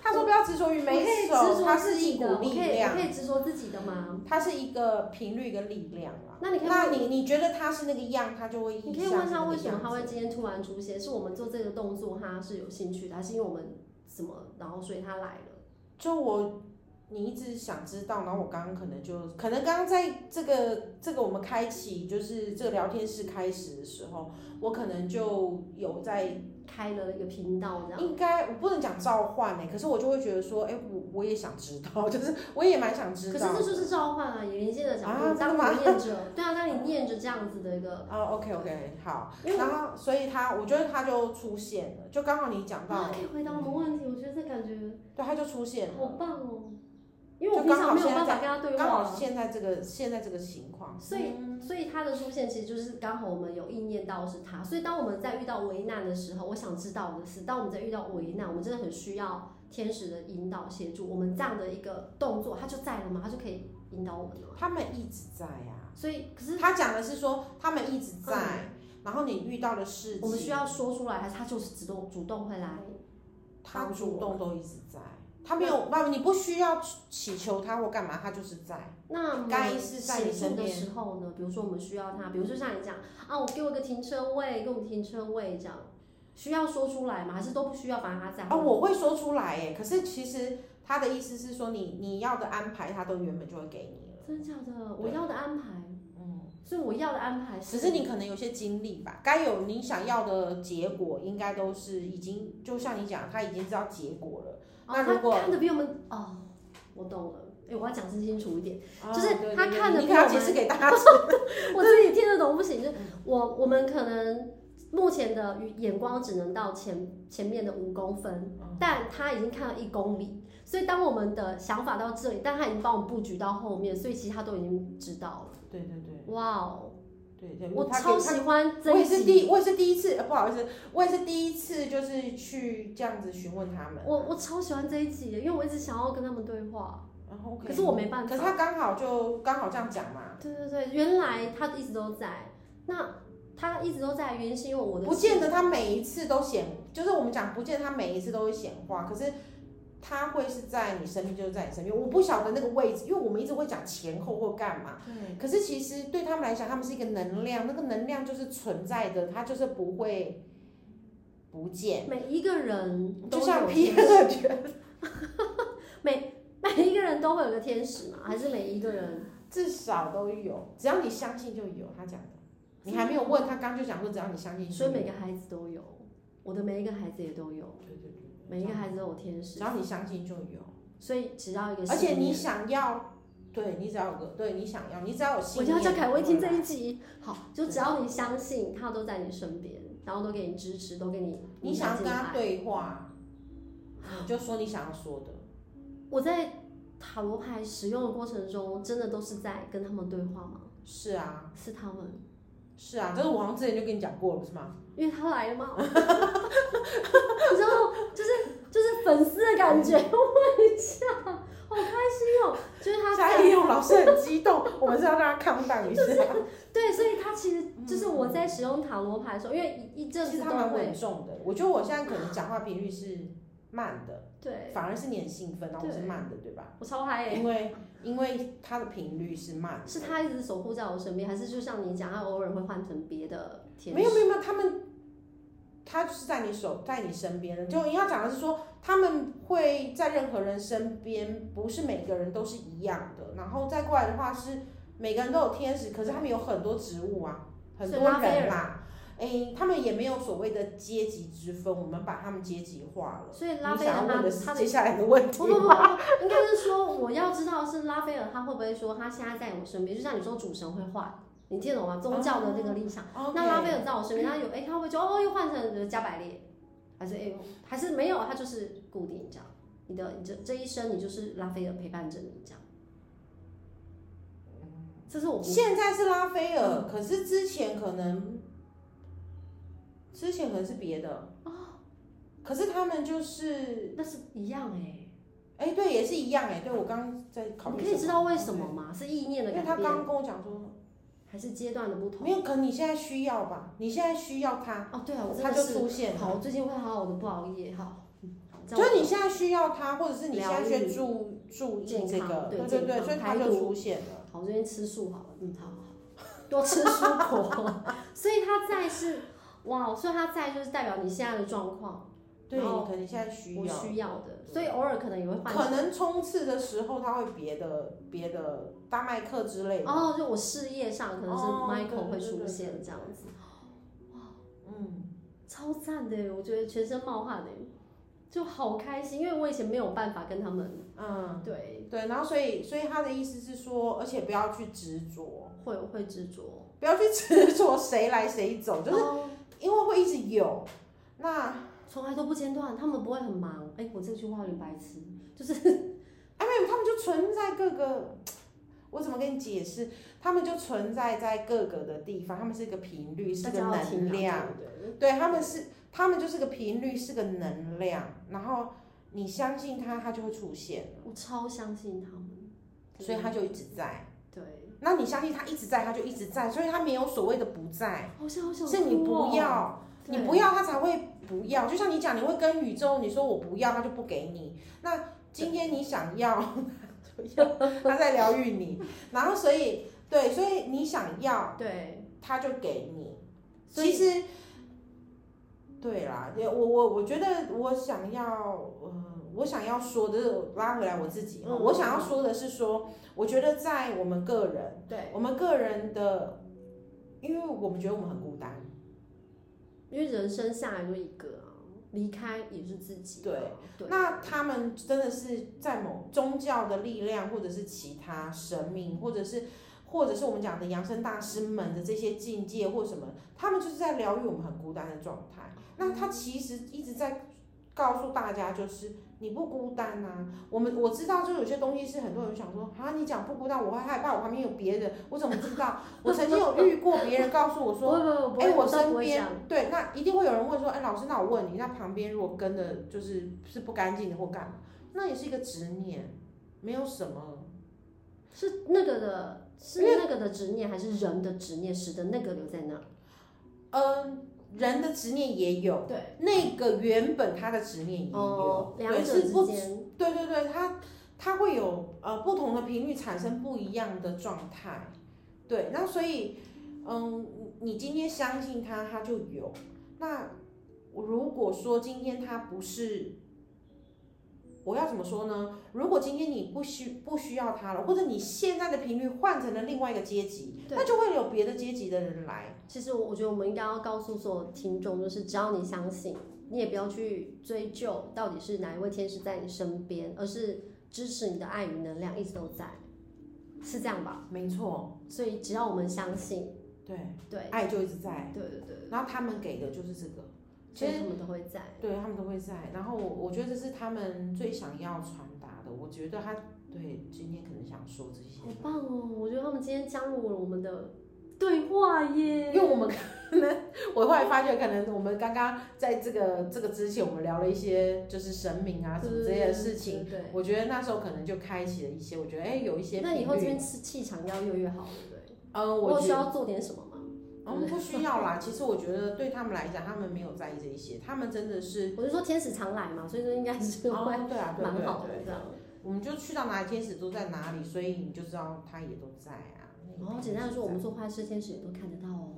Speaker 1: 他说不要执着于
Speaker 2: 我可以
Speaker 1: 美
Speaker 2: 执
Speaker 1: 丑，
Speaker 2: 着
Speaker 1: 它
Speaker 2: 自
Speaker 1: 是一
Speaker 2: 己的，
Speaker 1: 股
Speaker 2: 我可
Speaker 1: 力
Speaker 2: 以我
Speaker 1: 量，嗯
Speaker 2: 可以执着自己的吗？
Speaker 1: 它是一个频率跟力量啊。
Speaker 2: 那你可以
Speaker 1: 那你你觉得他是那个样，他就会
Speaker 2: 你
Speaker 1: 影
Speaker 2: 可以
Speaker 1: 响
Speaker 2: 问一下
Speaker 1: 那个
Speaker 2: 为什么
Speaker 1: 样
Speaker 2: 他会
Speaker 1: 子
Speaker 2: 今天突然出现？是我们做这个动作他是有兴趣的，还是因为我们什么，然后所以他来了？
Speaker 1: 就我，你一直想知道，然后我刚刚可能就，可能刚刚在这个这个我们开启就是这个聊天室开始的时候，我可能就有在，
Speaker 2: 开了一个频道这样。
Speaker 1: 应该我不能讲召唤欸呢、可是我就会觉得说，哎、我我也想知道， <laughs> 就是我也蛮想知
Speaker 2: 可是
Speaker 1: 道的。
Speaker 2: 这就是召唤啊，也连接的角
Speaker 1: 啊
Speaker 2: 度。当
Speaker 1: 真的吗
Speaker 2: 你念着，对啊，当你念着这样子的一个，
Speaker 1: 哦，OK，OK、o k OK，好，
Speaker 2: 因为
Speaker 1: 然后所以他，我觉得他就出现了，就刚 <laughs> 好你讲到
Speaker 2: 啊，，可以回答我们问题，我觉得这感觉
Speaker 1: 对，他就出现
Speaker 2: 好
Speaker 1: 了，
Speaker 2: 棒哦，因为我
Speaker 1: 就
Speaker 2: 平
Speaker 1: 刚好
Speaker 2: 常没有
Speaker 1: 现在
Speaker 2: 办法跟他对
Speaker 1: 刚
Speaker 2: 话
Speaker 1: 好
Speaker 2: 啊，
Speaker 1: 现在这个现在这个情况，嗯
Speaker 2: 所以所以他的出现其实就是刚好我们有意念到是他，所以当我们在遇到危难的时候，我想知道的是，当我们在遇到危难，我们真的很需要天使的引导协助，我们这样的一个动作，他就在了吗？他就可以引导我们了吗？
Speaker 1: 他们一直在呀、
Speaker 2: 所以，可是嗯
Speaker 1: 他讲的是说他们一直在，然后你遇到的事情，
Speaker 2: 我们需要说出来，还是他就是主动主动会来？
Speaker 1: 他主动都一直在，他没有，那你不需要祈求他或干嘛，他就是在。
Speaker 2: 那么
Speaker 1: 该是在你
Speaker 2: 协助
Speaker 1: 身
Speaker 2: 的
Speaker 1: 边
Speaker 2: 时候呢？比如说我们需要他，比如说像你讲啊，我给我一个停车位，给我们停车位这样，需要说出来吗？还是都不需要？反正他在。
Speaker 1: 啊，我会说出来耶，可是其实他的意思是说你你要的安排，他都原本就会给你了。
Speaker 2: 真的假的？我要的安排，嗯，所以我要的安排
Speaker 1: 只是你可能有些经历吧，该有你想要的结果，应该都是已经，就像你讲，他已经知道结果了。
Speaker 2: 哦
Speaker 1: 那如果
Speaker 2: 他看的比我们哦，我懂了。哎、我要讲清楚一点，就是
Speaker 1: 啊对
Speaker 2: 他
Speaker 1: 对对
Speaker 2: 看得
Speaker 1: 你
Speaker 2: 比
Speaker 1: 可要
Speaker 2: 我
Speaker 1: 解
Speaker 2: 们
Speaker 1: 释给大家
Speaker 2: 我自己听得懂不行。
Speaker 1: 嗯
Speaker 2: 就是我我们可能目前的眼光只能到前前面的五公分，
Speaker 1: 嗯
Speaker 2: 但他已经看到一公里，所以当我们的想法到这里，但他已经帮我们布局到后面，所以其实他都已经知道了。
Speaker 1: 对对对
Speaker 2: 哇哦，
Speaker 1: 对对，
Speaker 2: 我
Speaker 1: 他给
Speaker 2: 超
Speaker 1: 他
Speaker 2: 喜欢
Speaker 1: 我
Speaker 2: 这一
Speaker 1: 也是
Speaker 2: 集。
Speaker 1: 第，我也是第一次，呃不好意思，我也是第一次，就是去这样子询问他们。
Speaker 2: 我我超喜欢这一集的，因为我一直想要跟他们对话，
Speaker 1: 然后 OK，
Speaker 2: 可是我没办法。
Speaker 1: 可是他刚好就刚好这样讲嘛，
Speaker 2: 对对对，原来他一直都在。那他一直都在，原因是因为我的
Speaker 1: 不见得他每一次都显，就是我们讲不见得他每一次都会显化，可是他会是在你身边，就是在你身边。我不晓得那个位置，因为我们一直会讲前后或干嘛，
Speaker 2: 对
Speaker 1: 可是其实对他们来讲，他们是一个能量，那个能量就是存在的，它就是不会不见，
Speaker 2: 每一个人都
Speaker 1: 就像
Speaker 2: 有
Speaker 1: 皮
Speaker 2: 天
Speaker 1: 特
Speaker 2: 使，
Speaker 1: 觉得
Speaker 2: <laughs> 每一个人都会有个天使嘛？还是每一个人？
Speaker 1: <laughs> 至少都有，只要你相信就有。他讲的，你还没有问他，刚就讲过，只要你相信就
Speaker 2: 所以
Speaker 1: 有。
Speaker 2: 每个孩子都有，我的每一个孩子也都有，
Speaker 1: 对对对，
Speaker 2: 每一个孩子都有天
Speaker 1: 只
Speaker 2: 使，
Speaker 1: 要你相信就有，
Speaker 2: 所以只要一个
Speaker 1: 而且
Speaker 2: 信念
Speaker 1: 你想要，对你只要有个，对你想要，你只要有
Speaker 2: 我
Speaker 1: 信
Speaker 2: 就要
Speaker 1: 念。
Speaker 2: 叫凯威听这
Speaker 1: 对
Speaker 2: 一集，好，就只要你相信，他都在你身边，然后都给你支持，都给你
Speaker 1: 你想要
Speaker 2: 进
Speaker 1: 跟他
Speaker 2: 来。
Speaker 1: 对话，你就说你想要说的。
Speaker 2: 我在塔罗牌使用的过程中，真的都是在跟他们对话吗？
Speaker 1: 是啊，
Speaker 2: 是他们。
Speaker 1: 是啊，这是我好像之前就跟你讲过了，不是吗？
Speaker 2: 因为他来了嘛，你知道，就是就是粉丝的感觉，问一下，好开心哦！就是他
Speaker 1: 夏
Speaker 2: 在，
Speaker 1: 一勇老师很激动，我们是要让他抗荡
Speaker 2: <laughs>
Speaker 1: 一下。
Speaker 2: 对，所以他其实就是我在使用塔罗牌的时候，因为一一阵
Speaker 1: 其
Speaker 2: 子
Speaker 1: 实
Speaker 2: 都
Speaker 1: 他蛮稳
Speaker 2: 会，
Speaker 1: 重的，我觉得我现在可能讲话频率是慢的，
Speaker 2: 对
Speaker 1: 反而是你很兴奋，然后我是
Speaker 2: 对
Speaker 1: 慢的，对吧？
Speaker 2: 我超嗨、欸，
Speaker 1: 因为因为它的频率是慢的，
Speaker 2: 是他一直守护在我身边，还是就像你讲，他偶尔会换成别的天使？
Speaker 1: 没有没有没有，他们他就是在你手在你身边的。就你要讲的是说，他们会在任何人身边，不是每个人都是一样的。然后再过来的话是每个人都有天使，可是他们有很多植物啊，很
Speaker 2: 所以
Speaker 1: 多
Speaker 2: 拉斐
Speaker 1: 人嘛。诶，他们也没有所谓的阶级之分，我们把他们阶级化了。
Speaker 2: 所以拉
Speaker 1: 你
Speaker 2: 斐尔
Speaker 1: 想要
Speaker 2: 他
Speaker 1: 问的
Speaker 2: 他
Speaker 1: 是
Speaker 2: 的
Speaker 1: 接下来的问题
Speaker 2: 不不不，
Speaker 1: 吗
Speaker 2: 应该是说我要知道是拉斐尔他会不会说他现在在我身边，就像你说主神会换，你听得懂吗？宗教的那个立场。
Speaker 1: OK
Speaker 2: 哦那拉斐尔在我身边，他有哎、他会不会就哦又换成加百列，还是哎呦，还是没有，它就是固定这样。你的你这这一生，你就是拉斐尔陪伴着你这样。这是我不
Speaker 1: 现在是拉斐
Speaker 2: 嗯
Speaker 1: 尔，可是之前可能，之前可能是别的。
Speaker 2: 哦
Speaker 1: 可是他们就是，
Speaker 2: 那是一样哎、
Speaker 1: 哎、对，也是一样哎、对我刚刚在考虑
Speaker 2: 你
Speaker 1: 什么。
Speaker 2: 可以知道为什么吗？是意
Speaker 1: 因
Speaker 2: 念的
Speaker 1: 为
Speaker 2: 改
Speaker 1: 他刚
Speaker 2: 变，
Speaker 1: 刚跟我讲说，
Speaker 2: 还是阶段的不同？
Speaker 1: 没有，可你现在需要吧？你现在需要他，
Speaker 2: 哦，对啊，我真
Speaker 1: 他
Speaker 2: 的
Speaker 1: 就是出现了。
Speaker 2: 好，我最近会好好的不熬夜，好，嗯好这
Speaker 1: 就
Speaker 2: 样
Speaker 1: 是你现在需要他，或者是你现在需
Speaker 2: 疗
Speaker 1: 要
Speaker 2: 愈
Speaker 1: 注注意
Speaker 2: 健
Speaker 1: 这
Speaker 2: 康
Speaker 1: 个，
Speaker 2: 对
Speaker 1: 对对
Speaker 2: 健
Speaker 1: 对，
Speaker 2: 康
Speaker 1: 所以他
Speaker 2: 排
Speaker 1: 就
Speaker 2: 毒
Speaker 1: 出现了。
Speaker 2: 好，我最近吃素好了，嗯，好好好，多吃蔬果。所以它在是哇，所以它在就是代表你现在的状况，
Speaker 1: 对，
Speaker 2: 然后
Speaker 1: 你可能现在需
Speaker 2: 我
Speaker 1: 要，
Speaker 2: 需要的，所以偶尔可能也会换
Speaker 1: 可能冲刺的时候他会别的别的大麦克之类的。
Speaker 2: 哦，就我事业上可能是
Speaker 1: 哦对
Speaker 2: Michael
Speaker 1: 对
Speaker 2: 会
Speaker 1: 对
Speaker 2: 出
Speaker 1: 对
Speaker 2: 现
Speaker 1: 对
Speaker 2: 这样子，
Speaker 1: 嗯，
Speaker 2: 超赞的耶，我觉得全身冒汗哎，就好开心，因为我以前没有办法跟他们
Speaker 1: 嗯，
Speaker 2: 对
Speaker 1: 对，然后所以所以他的意思是说，而且不要去执着，
Speaker 2: 会会执着，
Speaker 1: 不要去执着谁来谁走，就是
Speaker 2: 哦
Speaker 1: 因为会一直有。那
Speaker 2: 从来都不间断，他们不会很忙。哎，我这句话有点白痴，就是
Speaker 1: 哎没有，他们就存在各个，我怎么跟你解释？他们就存在在各个的地方，他们是一个频率，是
Speaker 2: 大
Speaker 1: 个
Speaker 2: 家要听
Speaker 1: 能
Speaker 2: 啊
Speaker 1: 量。，
Speaker 2: 对不对
Speaker 1: 对，他们是，他们就是个频率，是个能量，然后你相信它，它就会出现，
Speaker 2: 我超相信他们，
Speaker 1: 所以它就一直在。
Speaker 2: 对，
Speaker 1: 那你相信它一直在，它就一直在，所以它没有所谓的不在，
Speaker 2: 好想好想、哦
Speaker 1: 是你不，要，你不
Speaker 2: 要，
Speaker 1: 要它才会不要。就像你讲，你会跟宇宙，你说我不要，它就不给你。那今天你想要， <laughs> 它就要它在疗愈你，然后所以对，所以你想要，
Speaker 2: 对，
Speaker 1: 它就给你。
Speaker 2: 所
Speaker 1: 其
Speaker 2: 以
Speaker 1: 实，对啦，也我我我觉得我想要，呃，我想要说的拉回来我自己，
Speaker 2: 嗯
Speaker 1: 我想要说的是说，我觉得在我们个人，
Speaker 2: 对，
Speaker 1: 我们个人的，因为我们觉得我们很孤单，
Speaker 2: 因为人生下来就一个啊，离开也是自己啊、对，
Speaker 1: 那他们真的是在某宗教的力量，或者是其他神明，或者是。或者是我们讲的养生大师们的这些境界或什么，他们就是在疗愈我们很孤单的状态。那他其实一直在告诉大家，就是你不孤单啊。我们我知道，就有些东西是很多人想说啊，你讲不孤单，我会害怕，我旁边有别人，我怎么知道？我曾经有遇过别人告诉我
Speaker 2: 不
Speaker 1: 说，
Speaker 2: 会不会，不
Speaker 1: 哎、
Speaker 2: 会，
Speaker 1: 我
Speaker 2: 倒
Speaker 1: 身
Speaker 2: 不会
Speaker 1: 边
Speaker 2: 讲，
Speaker 1: 对，那一定会有人问说，哎、老师，那我问你，那旁边如果跟的就是是不干净的或干嘛，那也是一个执念，没有什么。
Speaker 2: 是那个的，是
Speaker 1: 因为
Speaker 2: 那个的执念，还是人的执念使得那个留在那儿？
Speaker 1: 嗯，人的执念也有，
Speaker 2: 对，
Speaker 1: 那个原本他的执念也有，
Speaker 2: 哦，两
Speaker 1: 对，
Speaker 2: 者
Speaker 1: 是
Speaker 2: 之
Speaker 1: 不，
Speaker 2: 间，
Speaker 1: 对对对，他他会有呃不同的频率产生不一样的状态，对，那所以，嗯，你今天相信他，他就有。那如果说今天他不是，我要怎么说呢？如果今天你不需不需要他了，或者你现在的频率换成了另外一个阶级，
Speaker 2: 对
Speaker 1: 那就会有别的阶级的人来。
Speaker 2: 其实我我觉得我们应该要告诉所有听众，就是只要你相信，你也不要去追究到底是哪一位天使在你身边，而是支持你的爱与能量一直都在，是这样吧？
Speaker 1: 没错，
Speaker 2: 所以只要我们相信，
Speaker 1: 对，
Speaker 2: 对
Speaker 1: 爱就一直在。
Speaker 2: 对对对，
Speaker 1: 然后他们给的就是这个，
Speaker 2: 所以他们都会在。
Speaker 1: 对他们都会在。然后我我觉得这是他们最想要传达的。我觉得他对今天可能想说这些
Speaker 2: 好，棒哦！我觉得他们今天加入了我们的对话耶
Speaker 1: 因为。我们可能我后来发觉，可能我们刚刚在这个这个之前，我们聊了一些就是神明啊什么这些的事情。
Speaker 2: 对，
Speaker 1: 我觉得那时候可能就开启了一些，我觉得哎、有一些
Speaker 2: 对那以后
Speaker 1: 频
Speaker 2: 这
Speaker 1: 率
Speaker 2: 边气气场要越来越好，对不对？
Speaker 1: 呃，
Speaker 2: 我
Speaker 1: 我
Speaker 2: 需
Speaker 1: 觉得
Speaker 2: 要做点什么吗？
Speaker 1: 嗯不需要啦。其实我觉得对他们来讲，他们没有在意这一些，他们真的是
Speaker 2: 我就说天使常来嘛，所以说应该是
Speaker 1: 哦
Speaker 2: 会
Speaker 1: 对啊，对
Speaker 2: 蛮
Speaker 1: 对
Speaker 2: 好
Speaker 1: 对
Speaker 2: 的这样。
Speaker 1: 我们就去到哪里，天使都在哪里，所以你就知道他也都在啊。
Speaker 2: 然后哦简单的说，我们做坏事，天使也都看得到哦。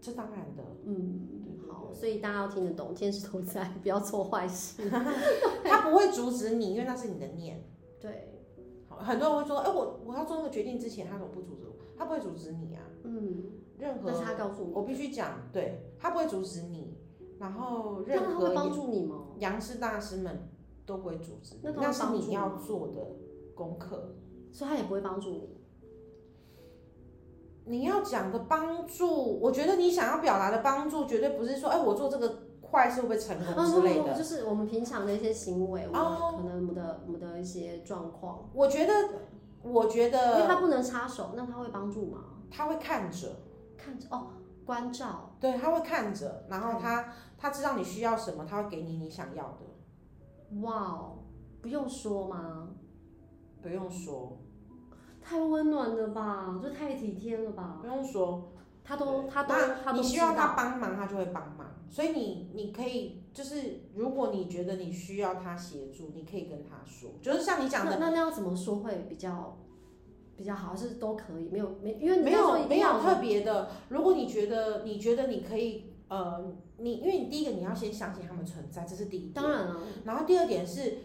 Speaker 1: 这当然的，
Speaker 2: 嗯，好，所以大家要听得懂，天使都在， <laughs> 不要做坏事。
Speaker 1: 他不会阻止你，因为那是你的念。
Speaker 2: 对，
Speaker 1: 好很多人会说，哎、我我要做那个决定之前，他怎么不阻止我？他不会阻止你啊，
Speaker 2: 嗯，
Speaker 1: 任
Speaker 2: 那是
Speaker 1: 何
Speaker 2: 他告诉
Speaker 1: 我
Speaker 2: 你，
Speaker 1: 必须讲，对他不会阻止你，然后
Speaker 2: 那
Speaker 1: 任
Speaker 2: 他会帮
Speaker 1: 何
Speaker 2: 助你吗？
Speaker 1: 杨氏大师们都不会阻止你，
Speaker 2: 那他会
Speaker 1: 那是
Speaker 2: 帮助
Speaker 1: 你要
Speaker 2: 吗
Speaker 1: 做的功课。
Speaker 2: 所以他也不会帮助你。
Speaker 1: 你要讲的帮助，我觉得你想要表达的帮助，绝对不是说，哎、我做这个快速被成
Speaker 2: 嗯
Speaker 1: 功之类的。
Speaker 2: 啊不，就是我们平常的一些行为，我
Speaker 1: 哦
Speaker 2: 们可能我们的我们的一些状况，
Speaker 1: 我觉得，我觉
Speaker 2: 嗯因为
Speaker 1: 得
Speaker 2: 他不能插手，那他会帮助吗？
Speaker 1: 他会看着，
Speaker 2: 看着哦，关照，
Speaker 1: 对，他会看着，然后
Speaker 2: 嗯
Speaker 1: 他他知道你需要什么，他会给你你想要的，
Speaker 2: 哇哦，不用说吗？
Speaker 1: 不用说，
Speaker 2: 太温暖了吧，就太体贴了吧，
Speaker 1: 不用说。
Speaker 2: 他都他都他
Speaker 1: 那
Speaker 2: 都
Speaker 1: 你
Speaker 2: 知
Speaker 1: 需要
Speaker 2: 道
Speaker 1: 他帮忙，他就会帮忙。所以你你可以就是，如果你觉得你需要他协助，你可以跟他说，就是像你讲
Speaker 2: 那
Speaker 1: 的，
Speaker 2: 那那要怎么说会比较比较好？还是都可以？没有没，因为你
Speaker 1: 没
Speaker 2: 刚刚说
Speaker 1: 有
Speaker 2: 一
Speaker 1: 没
Speaker 2: 定要
Speaker 1: 有特别的。如果你觉得你觉得你可以，呃，你因为你第一个你要先相信他们存在，这是第一点。
Speaker 2: 当然啊，
Speaker 1: 然后第二点是，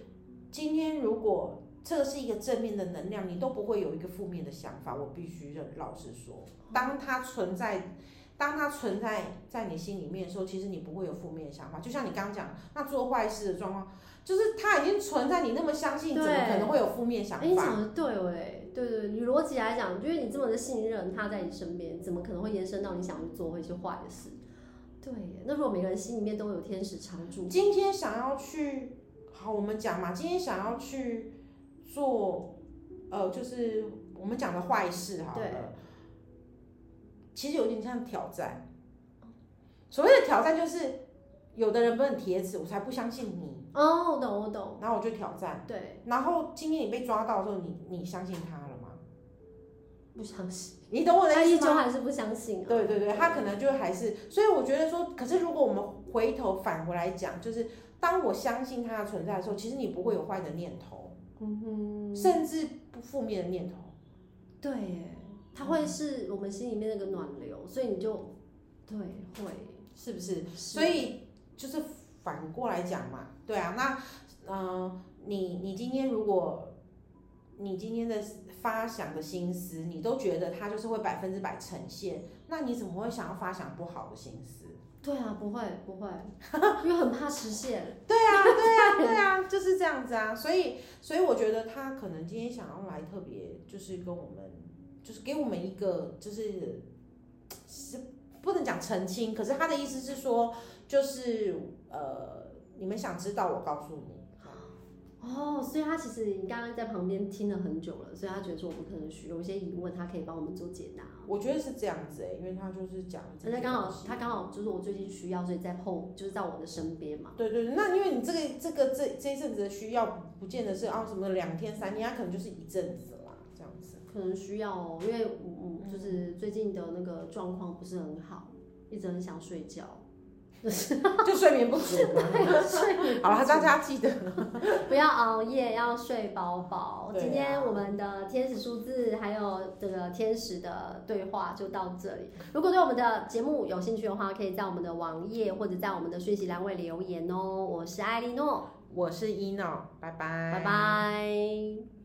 Speaker 1: 今天如果这个是一个正面的能量，你都不会有一个负面的想法。我必须认老实说，
Speaker 2: 哦
Speaker 1: 当它存在，当它存在在你心里面的时候，其实你不会有负面的想法。就像你刚刚讲，那做坏事的状况，就是它已经存在，你那么相信，怎
Speaker 2: 对
Speaker 1: 么可能会有负面想
Speaker 2: 哎，你
Speaker 1: 法？
Speaker 2: 讲的对哦，哎，对对，对你逻辑来讲，因为你这么的信任他在你身边，怎么可能会延伸到你想去做一些坏的事？对耶，那如果每个人心里面都有天使常驻，
Speaker 1: 今天想要去，好，我们讲嘛，今天想要去做，呃，就是我们讲的坏事好
Speaker 2: 对
Speaker 1: 了，其实有点像挑战。所谓的挑战就是，有的人不是很铁齿，我才不相信你，
Speaker 2: 哦，我懂我懂，
Speaker 1: 然后我就挑战，
Speaker 2: 对，
Speaker 1: 然后今天你被抓到的时候，你你相信他了吗？
Speaker 2: 不相信，
Speaker 1: 你懂我的
Speaker 2: 他
Speaker 1: 意
Speaker 2: 依
Speaker 1: 思
Speaker 2: 旧
Speaker 1: 吗？
Speaker 2: 还是不相信啊，
Speaker 1: 对对对，他可能就还是，所以我觉得说，可是如果我们回头返回来讲，就是当我相信他的存在的时候，其实你不会有坏的念头，嗯哼，甚至不负面的念头，
Speaker 2: 对耶，他会是我们心里面那个暖流，所以你就对会，
Speaker 1: 是不是？
Speaker 2: 是
Speaker 1: 所以就是反过来讲嘛，对啊，那嗯、呃你你今天如果你今天的发想的心思，你都觉得他就是会百分之百呈现，那你怎么会想要发想不好的心思？
Speaker 2: 对啊，不会不会， <laughs> 因为很怕实现。
Speaker 1: 对啊，对啊，对啊，就是这样子啊。所以，所以我觉得他可能今天想要来特别，就是跟我们，就是给我们一个，就是是不能讲澄清，可是他的意思是说，就是呃，你们想知道，我告诉你。
Speaker 2: 哦，所以他其实你刚刚在旁边听了很久了，所以他觉得说我们可能需有一些疑问，他可以帮我们做解答。
Speaker 1: 我觉得是这样子哎、因为他就是讲了这
Speaker 2: 而
Speaker 1: 些
Speaker 2: 且刚
Speaker 1: 东
Speaker 2: 好
Speaker 1: 西
Speaker 2: 他刚好就是我最近需要，所以在后就是在我的身边嘛。
Speaker 1: 对对，对那因为你这个这个这这一阵子的需要，不见得是啊什么两天三天，他可能就是一阵子啦，这样
Speaker 2: <laughs>
Speaker 1: 子。
Speaker 2: 可能需要哦，因为嗯嗯，就是最近的那个状况不是很好，一直很想睡觉。
Speaker 1: 就睡眠不足嘛。好了，大家记得
Speaker 2: 不要熬夜，要睡饱饱。
Speaker 1: 对啊
Speaker 2: 今天我们的天使数字还有这个天使的对话就到这里。如果对我们的节目有兴趣的话，可以在我们的网页或者在我们的讯息栏位留言哦。我是艾莉诺，
Speaker 1: 我是一闹，拜拜，
Speaker 2: 拜拜